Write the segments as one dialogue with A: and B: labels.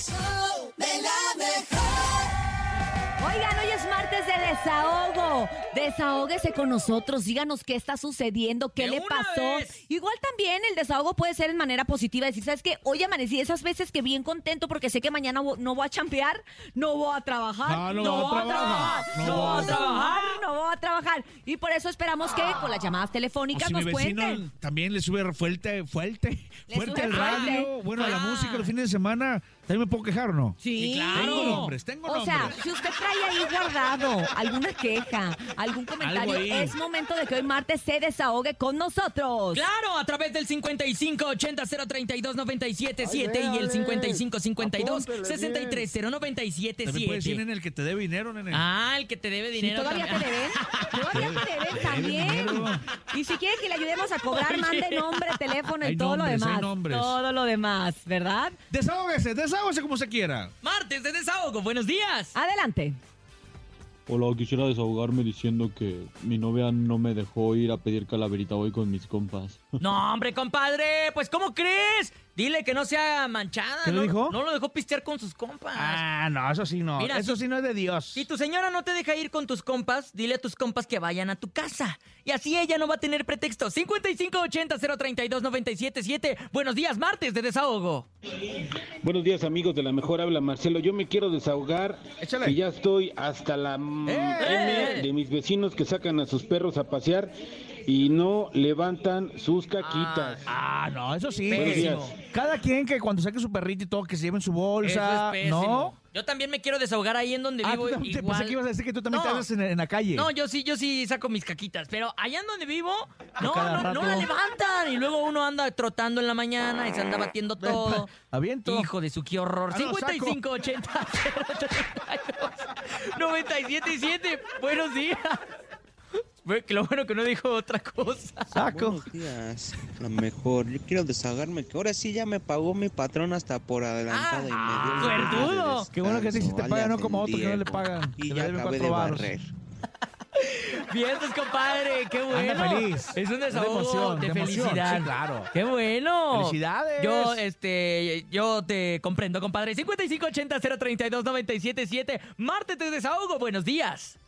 A: show de la mejor.
B: Oigan, hoy es martes de desahogo. Desahóguese con nosotros, díganos qué está sucediendo, qué
C: De
B: le
C: una
B: pasó.
C: vez.
B: Igual también el desahogo puede ser en manera positiva, decir, ¿sabes qué? Hoy amanecí esas veces que bien contento porque sé que mañana vo- no voy a champear, no voy a trabajar,
D: Ah, no va a trabajar, no
B: no
D: va
B: voy a
D: a
B: trabajar, no voy a trabajar. Y por eso esperamos que con las llamadas
D: O
B: telefónicas
D: si mi
B: nos
D: vecino
B: cuenten.
D: también le sube fuerte, fuerte,
B: Le sube
D: fuerte al
B: fuerte.
D: radio, bueno, a la
C: Ah.
D: música los fines de semana, también me puedo quejar, o ¿no?
B: Sí,
D: Tengo nombres, tengo
B: O sea,
D: nombres.
B: si usted trae ahí guardado alguna queja, algún comentario,
D: Algo ahí.
B: es momento de que hoy martes se desahogue con nosotros.
C: Claro, a través del 5580-032-977 y el
D: También puedes ir
C: 5552-630977.
D: en el que te dé dinero, nene.
C: Ah, el que te debe
B: ¿Y
C: dinero.
B: todavía te
C: también. Ah,
B: deben? Todavía te deben
D: Deben
B: también.
D: dinero.
B: Y si quiere que le ayudemos a cobrar,
C: Oye.
B: mande nombre, teléfono y
D: Hay
B: todo
D: nombres,
B: lo
D: hay
B: demás.
D: nombres.
B: Todo lo demás, ¿verdad?
D: Desahógese, desahógese como se quiera.
C: Martes de desahogo, buenos días.
B: Adelante.
E: Hola, quisiera desahogarme diciendo que mi novia no me dejó ir a pedir calaverita hoy con mis compas.
C: No, hombre, compadre, pues ¿cómo crees? Dile que no sea manchada.
D: ¿Qué le
C: no,
D: dijo?
C: No lo dejó pistear con sus compas.
D: Ah, no, eso sí no.
C: Mira,
D: eso
C: si-
D: sí no es de Dios.
C: Si tu señora no te deja ir con tus compas, dile a tus compas que vayan a tu casa. Y así ella no va a tener pretexto. 5580-032-977. Buenos días, martes de desahogo.
F: Buenos días amigos de la mejor habla Marcelo, yo me quiero desahogar
D: Échale.
F: y ya estoy hasta la mm,
C: ¡Eh!
F: M de mis vecinos que sacan a sus perros a pasear y no levantan sus caquitas.
D: Ah, no, eso sí.
C: Pésimo.
D: Cada quien que cuando saque su perrito y todo, que se lleven su
C: Eso
D: bolsa.
C: es pésimo.
D: ¿No?
C: Yo también me quiero desahogar ahí en donde
D: Ah,
C: vivo.
D: tú también-
C: igual.
D: pensé que ibas a decir que tú también te
C: No.
D: hagas en, en la calle.
C: No, yo sí, yo sí saco mis caquitas, pero allá en donde vivo, no,
D: Ah, cada
C: no, no
D: rato.
C: la levantan. Y luego uno anda trotando en la mañana y se anda batiendo
D: Ven,
C: todo.
D: pa- aviento.
C: Hijo de su, qué horror.
D: Ah, lo saco.
C: 55, 80, 97, 7. Buenos días. Bueno, que Lo bueno que no dijo otra cosa.
D: Saco.
G: Buenos días, lo mejor. Yo quiero desahogarme, que ahora sí ya me pagó mi patrón hasta por adelantado.
C: Ah,
G: y me dio un día de
C: suertudo.
D: Qué bueno que sí, sí te
G: descanso,
D: pagan, no
G: vale,
D: como otros que no le
G: pendejo.
D: pagan.
G: Y
D: Que
G: ya
D: le deben
G: acabé
D: cuatro
G: de
D: varos.
G: barrer.
C: Vientos, compadre. Qué bueno.
D: Anda feliz.
C: Es un
D: De
C: desahogo de,
D: emoción, de emoción,
C: felicidad.
D: sí, claro.
C: Qué bueno.
D: ¡Felicidades!
C: Yo, este, yo te comprendo, compadre. 5580-032-977. Martes de desahogo. Buenos días.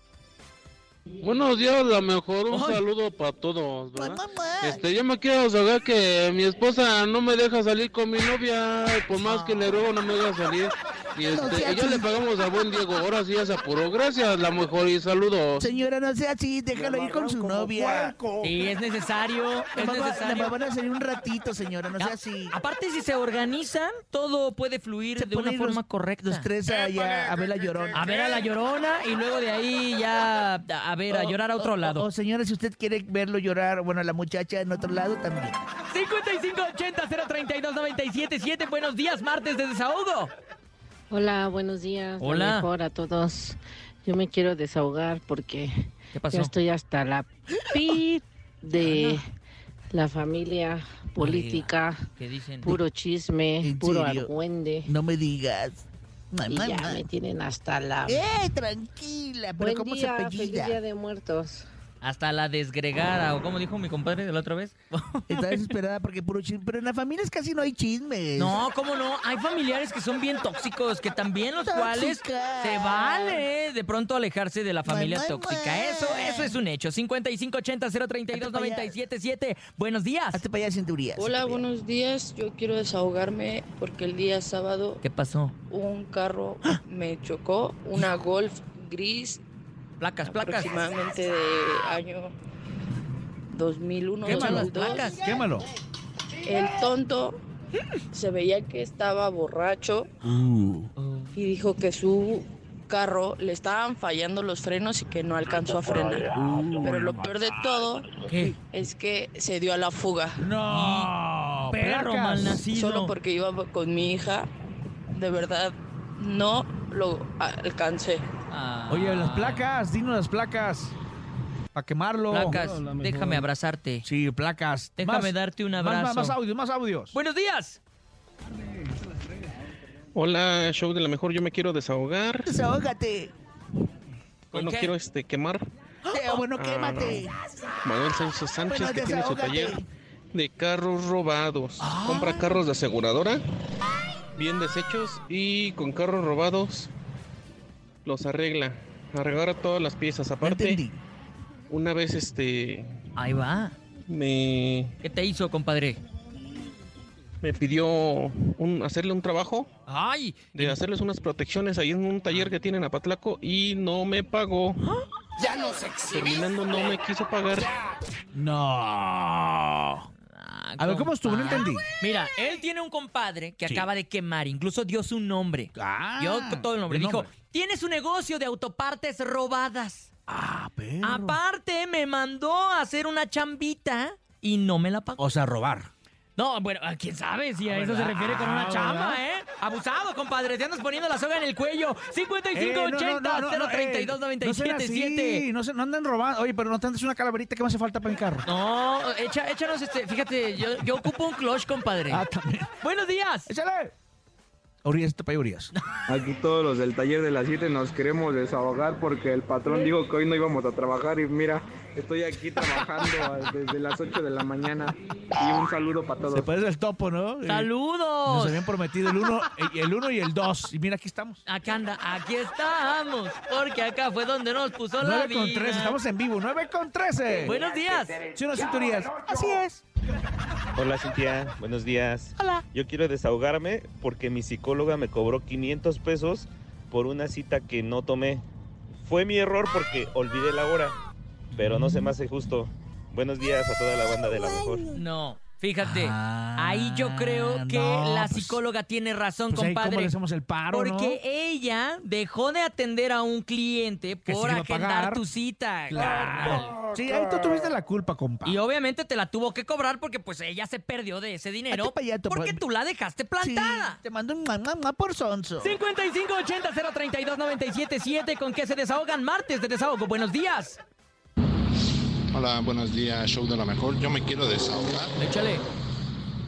H: Buenos días, la mejor. Un
C: Ay.
H: saludo para todos. ¿verdad? Este, yo me quiero saber que mi esposa no me deja salir con mi novia. Por más que le ruego, no me deja salir. Y este, y ya le pagamos a buen Diego. Ahora sí ya se apuró. Gracias, la mejor. Y saludos.
D: Señora, no sea así, déjalo ir con su novia.
C: Sí, es necesario. Es necesario.
D: a salir un ratito, señora, no
C: Ah, Aparte, si se organizan, todo puede fluir de una forma correcta.
D: tres allá a ver la llorona.
C: A ver a la llorona y luego de ahí ya a ver
D: Oh,
C: a llorar a otro lado.
D: señora, si usted quiere verlo llorar, bueno, a la muchacha en otro lado también.
C: 5580-032-977. Buenos días, martes de desahogo.
I: Hola, buenos días. la
C: Hola.
I: Mejor a todos. Yo me quiero desahogar porque
C: ¿Qué
I: ya estoy hasta la pi de la familia política.
C: ¿Qué dicen?
I: Puro chisme,
D: ¿En
I: puro
D: serio?
I: argüende.
D: No me digas.
I: Y ya me tienen hasta la.
D: Eh, tranquila,
I: Buen día, feliz día de muertos.
C: Hasta la desgregada, o como dijo mi compadre de la otra vez.
D: Está desesperada porque puro chisme. Pero en las familias casi no hay chismes.
C: No, cómo no. Hay familiares que son bien tóxicos, que también los cuales
D: Tóxica.
C: se vale de pronto alejarse de la familia
D: Mua, mua,
C: tóxica.
D: mua.
C: Eso, eso es un hecho. 5580-032-977. Buenos días.
D: Hazte para allá, cinturías.
J: Hola, buenos días. Yo quiero desahogarme porque el día sábado
C: ¿Qué pasó?
J: un carro me chocó, una Golf gris,
C: Placas, placas.
J: aproximadamente de año 2001.
C: Quémalas,
J: 2002.
C: placas.
D: Quémalo.
J: El tonto se veía que estaba borracho y dijo que su carro le estaban fallando los frenos y que no alcanzó a frenar. Pero lo peor de todo
C: ¿Qué?
J: es que se dio a la fuga.
D: No,
C: Perro
D: placas.
C: malnacido.
J: solo porque iba con mi hija, de verdad no lo alcancé.
C: Ah.
D: Oye, las placas, dinos las placas. Para quemarlo.
C: Placas, déjame abrazarte.
D: Sí, placas.
C: Déjame darte un abrazo.
D: Más, más, más audios, más audios.
C: Buenos días.
H: Hola, show de la mejor. Yo me quiero desahogar.
D: Desahógate. Eh,
C: Bueno, qué? quiero,
H: este quemar.
D: bueno,
H: Ah, quémate. Manuel Sánchez Sánchez
D: Bueno,
H: que tiene su
D: desahógate. Ah.
H: taller de carros robados. Compra carros de aseguradora bien deshechos y con carros robados los arregla. Arreglar todas las piezas. Aparte, una vez este.
K: Ahí va.
H: Me.
K: ¿Qué te hizo, compadre?
H: Me pidió un- hacerle un trabajo.
K: ¡Ay!
H: De hacerles unas protecciones ahí en un taller que tienen a Patlaco y no me pagó.
L: Ya nos exhibiste.
H: Terminando, no me quiso pagar.
D: No. A ver, ¿cómo estuvo? No entendí.
C: Ah, Mira, él tiene un compadre que
D: Sí.
C: acaba de quemar, incluso dio su nombre. dio todo el Ah. nombre.
D: Ah, el
C: Dijo,
D: nombre.
C: tienes un negocio de autopartes robadas.
D: Ah,
C: Ah, Aparte, me mandó a hacer una chambita y no me la pagó.
D: O sea, robar.
C: No, bueno, ah, quién sabe si a eso se
D: ¿verdad?
C: refiere con una
D: Ah,
C: chamba, ¿eh? Abusado, compadre, te andas poniendo la soga en el cuello.
D: Eh,
C: 5580 032
D: Sí,
C: 977
D: no, se- no andan robando. Oye, pero no te andes una calaverita que me hace falta para mi carro.
C: No, echa- échanos este, fíjate, yo, yo ocupo un clutch, compadre.
D: Ah, también.
C: Buenos días.
D: Échale. Urias, este país Urias.
M: Aquí todos los del taller de las 7 nos queremos desahogar porque el patrón dijo que hoy no íbamos a trabajar y mira, estoy aquí trabajando desde las 8 de la mañana. Y un saludo para todos.
D: Se parece el topo, ¿no? Eh,
C: ¡Saludos!
D: Nos habían prometido el 1 el uno y el 2. Y mira, aquí estamos.
C: Acá anda, aquí estamos, porque acá fue donde nos puso la
D: 9
C: vida.
D: con 13, estamos en vivo. 9 con 13.
C: Buenos días.
D: Ah, Sí, pues unas cinturías. Así es.
N: Hola Cintia, buenos días.
D: Hola.
N: Yo quiero desahogarme porque mi psicóloga me cobró 500 pesos por una cita que no tomé. Fue mi error porque olvidé la hora, pero no se me hace justo. Buenos días a toda la banda de la mejor.
C: No, fíjate,
D: Ah,
C: ahí yo creo que
N: no,
C: la
N: pues-
C: psicóloga tiene razón,
D: Pues ahí,
C: compadre.
D: ¿cómo le hacemos el paro, no?
C: Porque ella dejó de atender a un cliente
D: Que sí
C: por
D: le iba a
C: agendar
D: pagar.
C: tu cita.
D: Claro. Sí, ahí tú tuviste la culpa, compa.
C: Y obviamente te la tuvo que cobrar porque pues ella se perdió de ese dinero
D: Hazte pa' allá, topo.
C: porque tú la dejaste plantada.
D: Te mando un mamá por sonso.
C: 5580-032-977, ¿con qué se desahogan? Martes de desahogo, buenos días.
O: Hola, buenos días, show de la mejor. Yo me quiero desahogar.
C: Échale.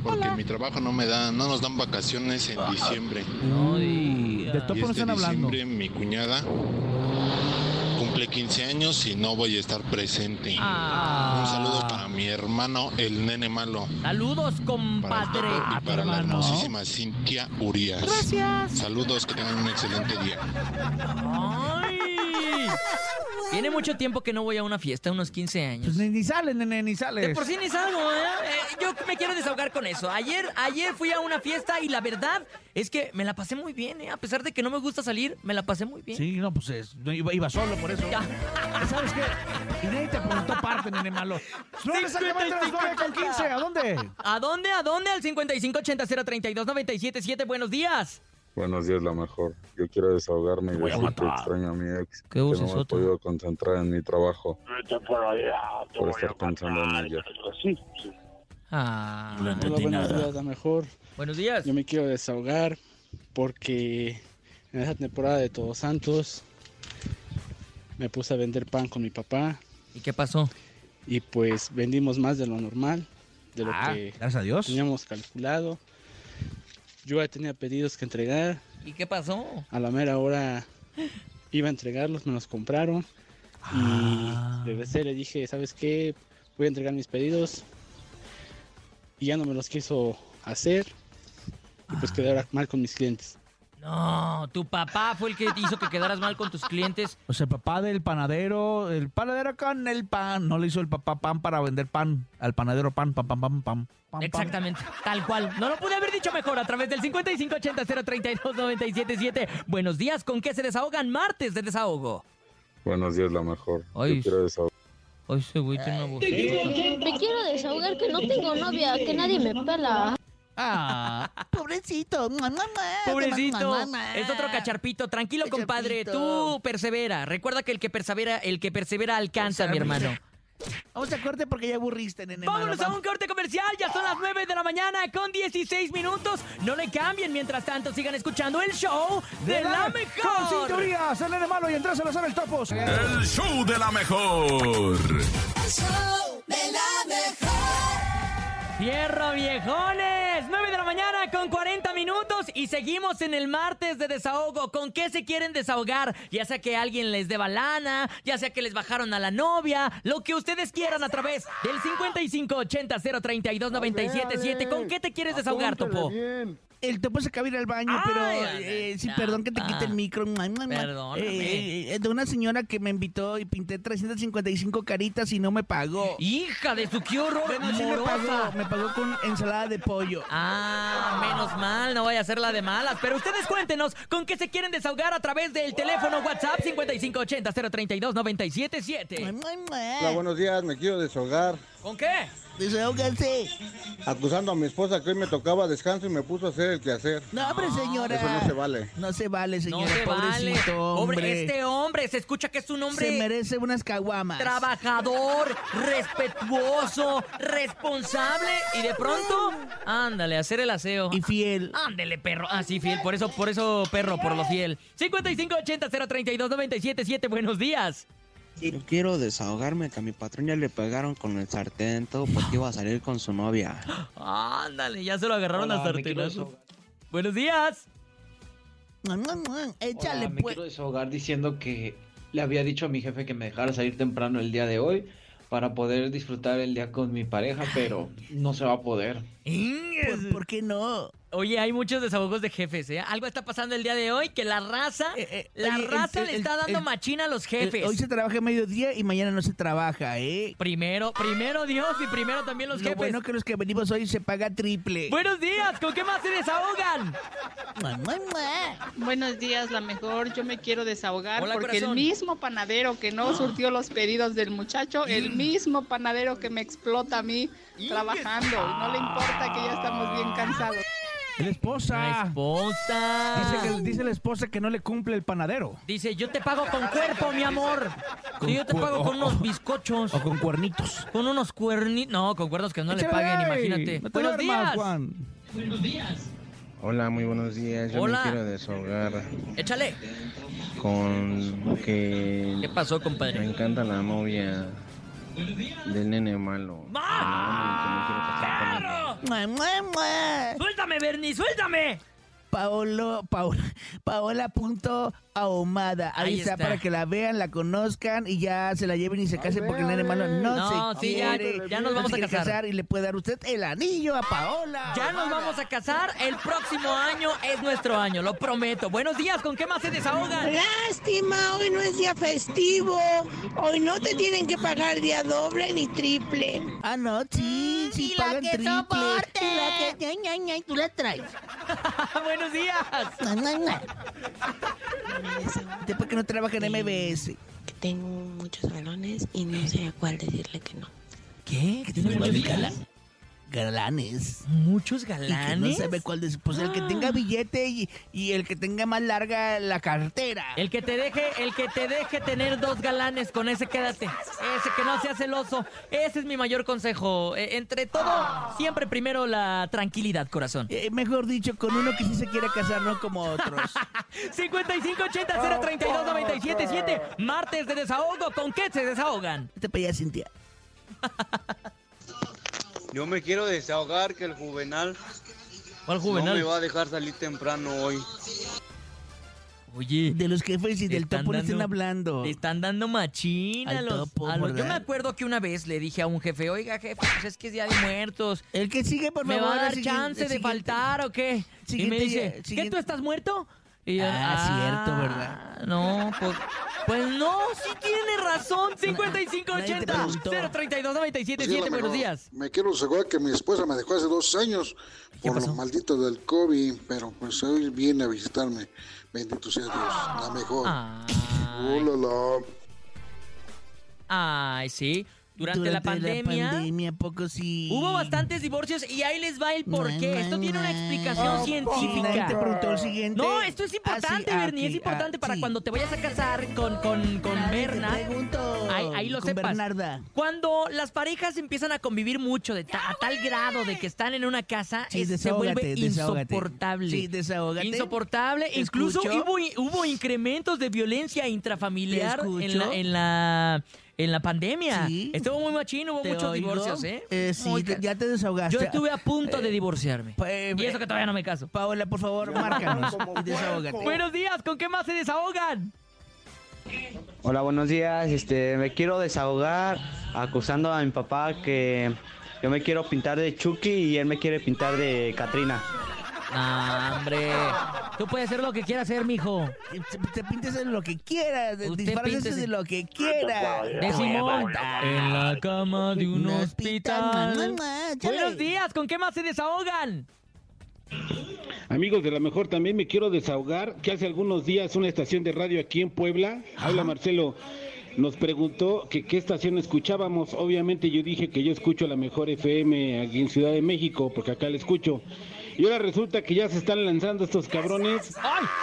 O: Porque mi trabajo no me da, no nos dan vacaciones en diciembre.
D: De topo
O: Y este
D: no están hablando.
O: diciembre mi cuñada cumple 15 años y no voy a estar presente.
C: Ah.
O: Un saludo para mi hermano, el nene malo.
C: Saludos, compadre.
O: Y para la hermosísima Cintia Urias.
C: Gracias.
O: Saludos, que tengan un excelente día.
C: Ay. Tiene mucho tiempo que no voy a una fiesta, unos 15 años.
D: Pues ni, ni sales, nene, ni sales.
C: De por sí ni salgo, ¿eh? Eh, Yo me quiero desahogar con eso. Ayer, ayer fui a una fiesta y la verdad es que me la pasé muy bien, ¿eh? A pesar de que no me gusta salir, me la pasé muy bien. Ah,
D: Sí, no, pues es- no, iba, iba solo por eso. ¿Sabes qué? Y nadie te preguntó parte, nene malo. No, exactamente a las 9 con 15. ¿A dónde?
C: ¿A dónde? ¿A dónde? Al 5580-032-977. Buenos días.
E: Buenos días, la mejor. Yo quiero desahogarme y
C: voy a
E: decir que
C: matar.
E: extraño a mi ex.
C: que
E: no me he
C: vocesota.
E: podido concentrar en mi trabajo por estar pensando en ella.
C: Ah.
G: Hola, buenos días, la mejor.
C: Buenos días.
G: Yo me quiero desahogar porque en esa temporada de Todos Santos me puse a vender pan con mi papá.
C: ¿Y qué pasó?
G: Y pues vendimos más de lo normal, de lo
D: Ah,
G: que
D: gracias a Dios.
G: teníamos calculado. Yo ya tenía pedidos que entregar.
C: ¿Y qué pasó?
G: A la mera hora iba a entregarlos, me los compraron.
C: Ah.
G: Y regresé, le dije, ¿sabes qué? Voy a entregar mis pedidos. Y ya no me los quiso hacer. Y pues quedé ahora mal con mis clientes.
C: No, tu papá fue el que hizo que quedaras mal con tus clientes.
D: O sea, el papá del panadero, el panadero con el pan. No le hizo el papá pan para vender pan. Al panadero pan, pam, pam, pam, pam. pam
C: Exactamente, tal cual. No lo pude haber dicho mejor a través del 5580-032-977. Buenos días, ¿con qué se desahogan? Martes de desahogo.
E: Buenos días, la mejor. Yo quiero desahogar.
C: Ay, ese güey tiene una
P: Me quiero desahogar que no tengo novia, que nadie me pela.
D: Ah, pobrecito.
C: Pobrecito, es otro cacharpito. Tranquilo, compadre. Tú persevera. Recuerda que el que persevera, el que persevera alcanza, mi hermano.
D: Vamos a corte porque ya aburriste, nene.
C: Vámonos
D: malo.
C: a un corte comercial. Ya son las 9 de la mañana con 16 minutos. No le cambien. Mientras tanto, sigan escuchando el show de, la,
D: Con
C: mejor.
D: cinturías, el nene malo y entrás a los el topos.
Q: El show de la mejor.
L: El show de la mejor.
C: Fierro viejones, 9 de la mañana con 40 minutos y seguimos en el martes de desahogo. ¿Con qué se quieren desahogar? Ya sea que alguien les deba lana, ya sea que les bajaron a la novia, lo que ustedes quieran a través del 5580 032 977. ¿Con qué te quieres desahogar, Topo?
D: el topo se acaba de ir al baño,
C: Ay,
D: pero
C: ay,
D: eh, sí,
C: ya,
D: perdón que te
C: pa.
D: quite el micro.
C: Perdóname.
D: Eh, eh, de una señora que me invitó y pinté 355 caritas y no me pagó.
C: Hija de su, qué horror,
D: Bueno, sí me
C: morosa.
D: pagó, me pagó con ensalada de pollo.
C: Ah, menos mal, no vaya a ser la de malas. Pero ustedes cuéntenos con qué se quieren desahogar a través del teléfono WhatsApp 5580-032-977.
R: Hola, buenos días, me quiero deshogar.
C: ¿Con qué?
D: Desahóganse.
R: Acusando a mi esposa que hoy me tocaba descanso y me puso a hacer el quehacer.
D: No, hombre, señora.
R: Eso no se vale.
D: No se vale,
C: No
D: señora.
C: se vale.
D: pobrecito,
C: Pobre-
D: hombre.
C: este hombre, se escucha que es un hombre...
D: Se merece unas caguamas.
C: Trabajador, respetuoso, responsable y de pronto, ándale, a hacer el aseo. Y
D: fiel.
C: Ándale, perro. Ah, sí, fiel. Por eso, por eso, perro, por lo fiel. 5580-032-977, buenos días.
S: Yo quiero desahogarme que a mi patrón ya le pegaron con el sartén todo porque iba a salir con su novia.
C: Ándale, ya se lo agarraron
S: Hola,
C: a
S: me quiero
C: sartenazo. Buenos días.
D: Échale,
T: me quiero desahogar diciendo que le había dicho a mi jefe que me dejara salir temprano el día de hoy para poder disfrutar el día con mi pareja, pero no se va a poder.
D: ¿Por, por qué no?
C: Oye, hay muchos desahogos de jefes, ¿eh? Algo está pasando el día de hoy que la raza, la
D: Eh, oye, el-
C: raza le
D: el-
C: está
D: el-
C: dando
D: el-
C: machina a los jefes.
D: Eh, Hoy se trabaja a mediodía y mañana no se trabaja, ¿eh?
C: Primero, primero Dios y primero también los
D: Lo
C: jefes.
D: bueno que los que venimos hoy se paga triple.
C: Buenos días, ¿con qué más se desahogan?
U: Buenos días, la mejor. Yo me quiero desahogar
C: Hola,
U: porque
C: corazón.
U: el mismo panadero que no surtió los pedidos del muchacho, el mismo panadero que me explota a mí trabajando. No le importa que ya estamos bien cansados.
D: La esposa. La
C: esposa.
D: Dice, que- dice la esposa que no le cumple el panadero.
C: Dice, yo te pago con cuerpo, mi amor. Sí, yo te
D: cuer-
C: pago
D: o-
C: con unos bizcochos.
D: O con cuernitos.
C: Con unos cuernitos. No, con cuernos que no le
D: Échale,
C: paguen,
D: dale.
C: imagínate.
D: No te
C: Buenos
D: duermas,
C: días.
D: Juan.
C: Buenos días.
V: Hola, muy buenos días. Yo
C: Hola.
V: me quiero desahogar
C: Échale.
V: con que.
C: ¿Qué pasó, compadre?
V: Me encanta la novia del nene malo.
D: Ah, Mua, mua, mua.
C: ¡Suéltame, Bernie! ¡Suéltame!
D: Paolo, Paola, Paola punto ahumada. Ahí,
C: Ahí
D: está,
C: está.
D: para que la vean, la conozcan y ya se la lleven y se casen porque el nene malo no,
C: No,
D: se
C: sí, ya-
D: quiere.
C: ya nos
D: No
C: vamos
D: se
C: a
D: quiere
C: casar.
D: y le puede dar usted el anillo a Paola.
C: Ya nos vamos a casar. El próximo año es nuestro año, lo prometo. Buenos días, ¿con qué más se desahogan?
W: Lástima, hoy no es día festivo. Hoy no te tienen que pagar día doble ni triple.
D: Ah, no, sí,
A: Mm,
D: sí, pagan triple.
W: Y la que, ña, ña, ña, y tú la traes.
C: Buenos días.
D: Después que no trabaja en MBS.
X: Tengo muchos galones y no sé a cuál decirle que no.
D: ¿Qué? ¿Que tiene
X: muchos
D: galanes? Galanes.
C: ¿Muchos
D: Y
X: galanes?
D: que no sabe cuál de Pues el que tenga billete y, y el que tenga más larga la cartera.
C: El que te deje, el que te deje tener dos galanes, con ese quédate. Ese que no sea celoso. Ese es mi mayor consejo. Eh, entre todo, siempre primero la tranquilidad, corazón.
D: Eh, mejor dicho, con uno que sí se quiere casar, no como otros.
C: 5580-032-977. Martes de desahogo. ¿Con qué se desahogan?
D: Te pedía Cintia.
Y: Yo me quiero desahogar que el juvenal,
C: ¿Cuál juvenal?
Y: no me va a dejar salir temprano hoy.
C: Oye.
D: De los jefes y del
C: están
D: topo le están
C: dando-
D: hablando.
C: Le están dando machina a
D: Al
C: los,
D: topo,
C: a los- Yo
D: ¿verdad?
C: me acuerdo que una vez le dije a un jefe, oiga jefe, pues es que es día de muertos.
D: El que sigue, por
C: ¿Me
D: favor,
C: va a
D: el
C: dar
D: siguiente-
C: chance
D: el
C: de
D: siguiente.
C: faltar o qué? Y me
D: Siguiente día-
C: dice, ¿qué
D: siguiente-
C: tú estás muerto? Y yo,
D: Ah, cierto,
C: ¿verdad? No, pues. Pues no, sí tiene razón. 5580 032 97
A: Pues sí, a lo
C: buenos
A: mejor.
C: días.
A: Me quiero asegurar que mi esposa me dejó hace dos años por los malditos del COVID, pero pues hoy viene a visitarme. Bendito sea Dios, la mejor.
C: Ah.
A: Uh, la, la.
C: Ay, sí. Durante, la pandemia.
D: pandemia, ¿a poco sí?
C: Hubo bastantes divorcios y ahí les va el porqué. Esto tiene una explicación
D: Oh,
C: científica.
D: siguiente, productor, siguiente.
C: No, esto es
D: Ah,
C: importante,
D: sí, ah,
C: Bernie.
D: ok,
C: es importante
D: ah,
C: para
D: sí.
C: cuando te vayas a casar con, con, con
D: Nadie te
C: Berna.
D: pregunto,
C: Ahí, ahí lo
D: con
C: sepas.
D: Bernarda.
C: Cuando las parejas empiezan a convivir mucho de ta- a tal grado de que están en una casa,
D: Sí,
C: es- se vuelve
D: desahógate, desahógate.
C: insoportable.
D: Sí, desahógate.
C: Insoportable.
D: Te
C: Incluso
D: escucho.
C: hubo, hubo incrementos de violencia intrafamiliar
D: Te escucho.
C: en la, en la en la pandemia. Estuvo muy machín, hubo
D: ¿Te
C: muchos
D: oigo?
C: divorcios, ¿eh? Muy
D: sí, te- ya te desahogaste.
C: yo estuve a punto de
D: Eh,
C: divorciarme. y eso que todavía no me caso.
D: Paola, por favor, márcanos y desahógate.
C: Buenos días, ¿con qué más se desahogan?
Z: Hola, buenos días. Este, me quiero desahogar acusando a mi papá que yo me quiero pintar de Chucky y él me quiere pintar de Katrina.
C: No, hombre. Tú puedes hacer lo que quieras hacer, mijo.
D: Te pintes en lo que quieras. Disfraces
C: píntese.
D: de lo que quieras.
C: De Simón. En la cama de un hospital. Buenos días, ¿con qué más se desahogan?
E: Amigos de la mejor, también me quiero desahogar que hace algunos días una estación de radio aquí en Puebla, habla Marcelo, nos preguntó que qué estación escuchábamos. Obviamente yo dije que yo escucho la mejor FM aquí en Ciudad de México, porque acá la escucho. Y ahora resulta que ya se están lanzando estos cabrones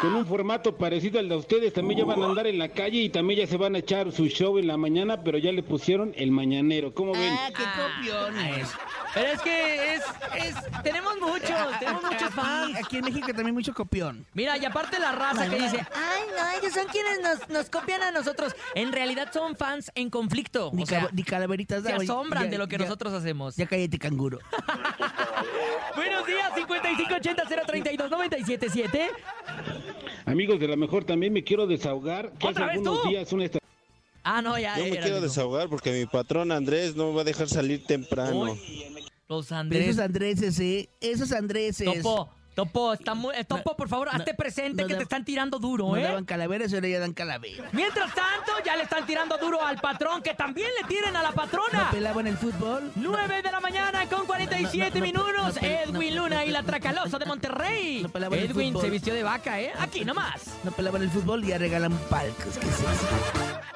E: con un formato parecido al de ustedes. También ya van a andar en la calle y también ya se van a echar su show en la mañana, pero ya le pusieron el mañanero. ¿Cómo ven?
C: copiones. Ah, Pero es que es, es tenemos muchos, tenemos muchos fans.
D: Ah, Aquí en México también mucho copión.
C: Mira, y aparte la raza que dice, ay, no, ellos son quienes nos, nos copian a nosotros. En realidad son fans en conflicto.
D: Ni,
C: o sea,
D: cala- ni calaveritas de
C: se
D: agua.
C: asombran
D: Ya-
C: de lo que
D: ya-
C: nosotros hacemos.
D: Ya cállate, canguro.
C: Buenos días, 5580-032-977.
E: Amigos de la mejor, también me quiero desahogar que hace
C: ¿Otra vez
E: algunos
C: tú?
E: días una estación...
C: Ah, no, ya.
A: Yo me
C: ya era
A: quiero
C: el mismo.
A: desahogar porque mi patrón Andrés no me va a dejar salir temprano.
C: Los
D: Pero
C: Andrés.
D: esos andreses, ¿eh? Esos andreses.
C: Topo, Topo, está muy- eh, Topo, por favor, hazte presente
D: no
C: que
D: da-
C: te están tirando duro,
D: No
C: ¿eh?
D: daban calaveras y ahora ya dan calaveras.
C: Mientras tanto, ya le están tirando duro al patrón, que también le tiren a la patrona.
D: ¿No pelaban el fútbol?
C: 9 de la mañana con 47
D: No, no, no,
C: minutos.
D: no, no, no,
C: Edwin
D: no,
C: Luna
D: no,
C: y la
D: no,
C: Tracalosa de Monterrey.
D: no pelaban el
C: Edwin
D: fútbol.
C: se vistió de vaca, ¿eh? Aquí nomás.
D: No pelaban el fútbol y ya regalan palcos. ¿Qué es eso?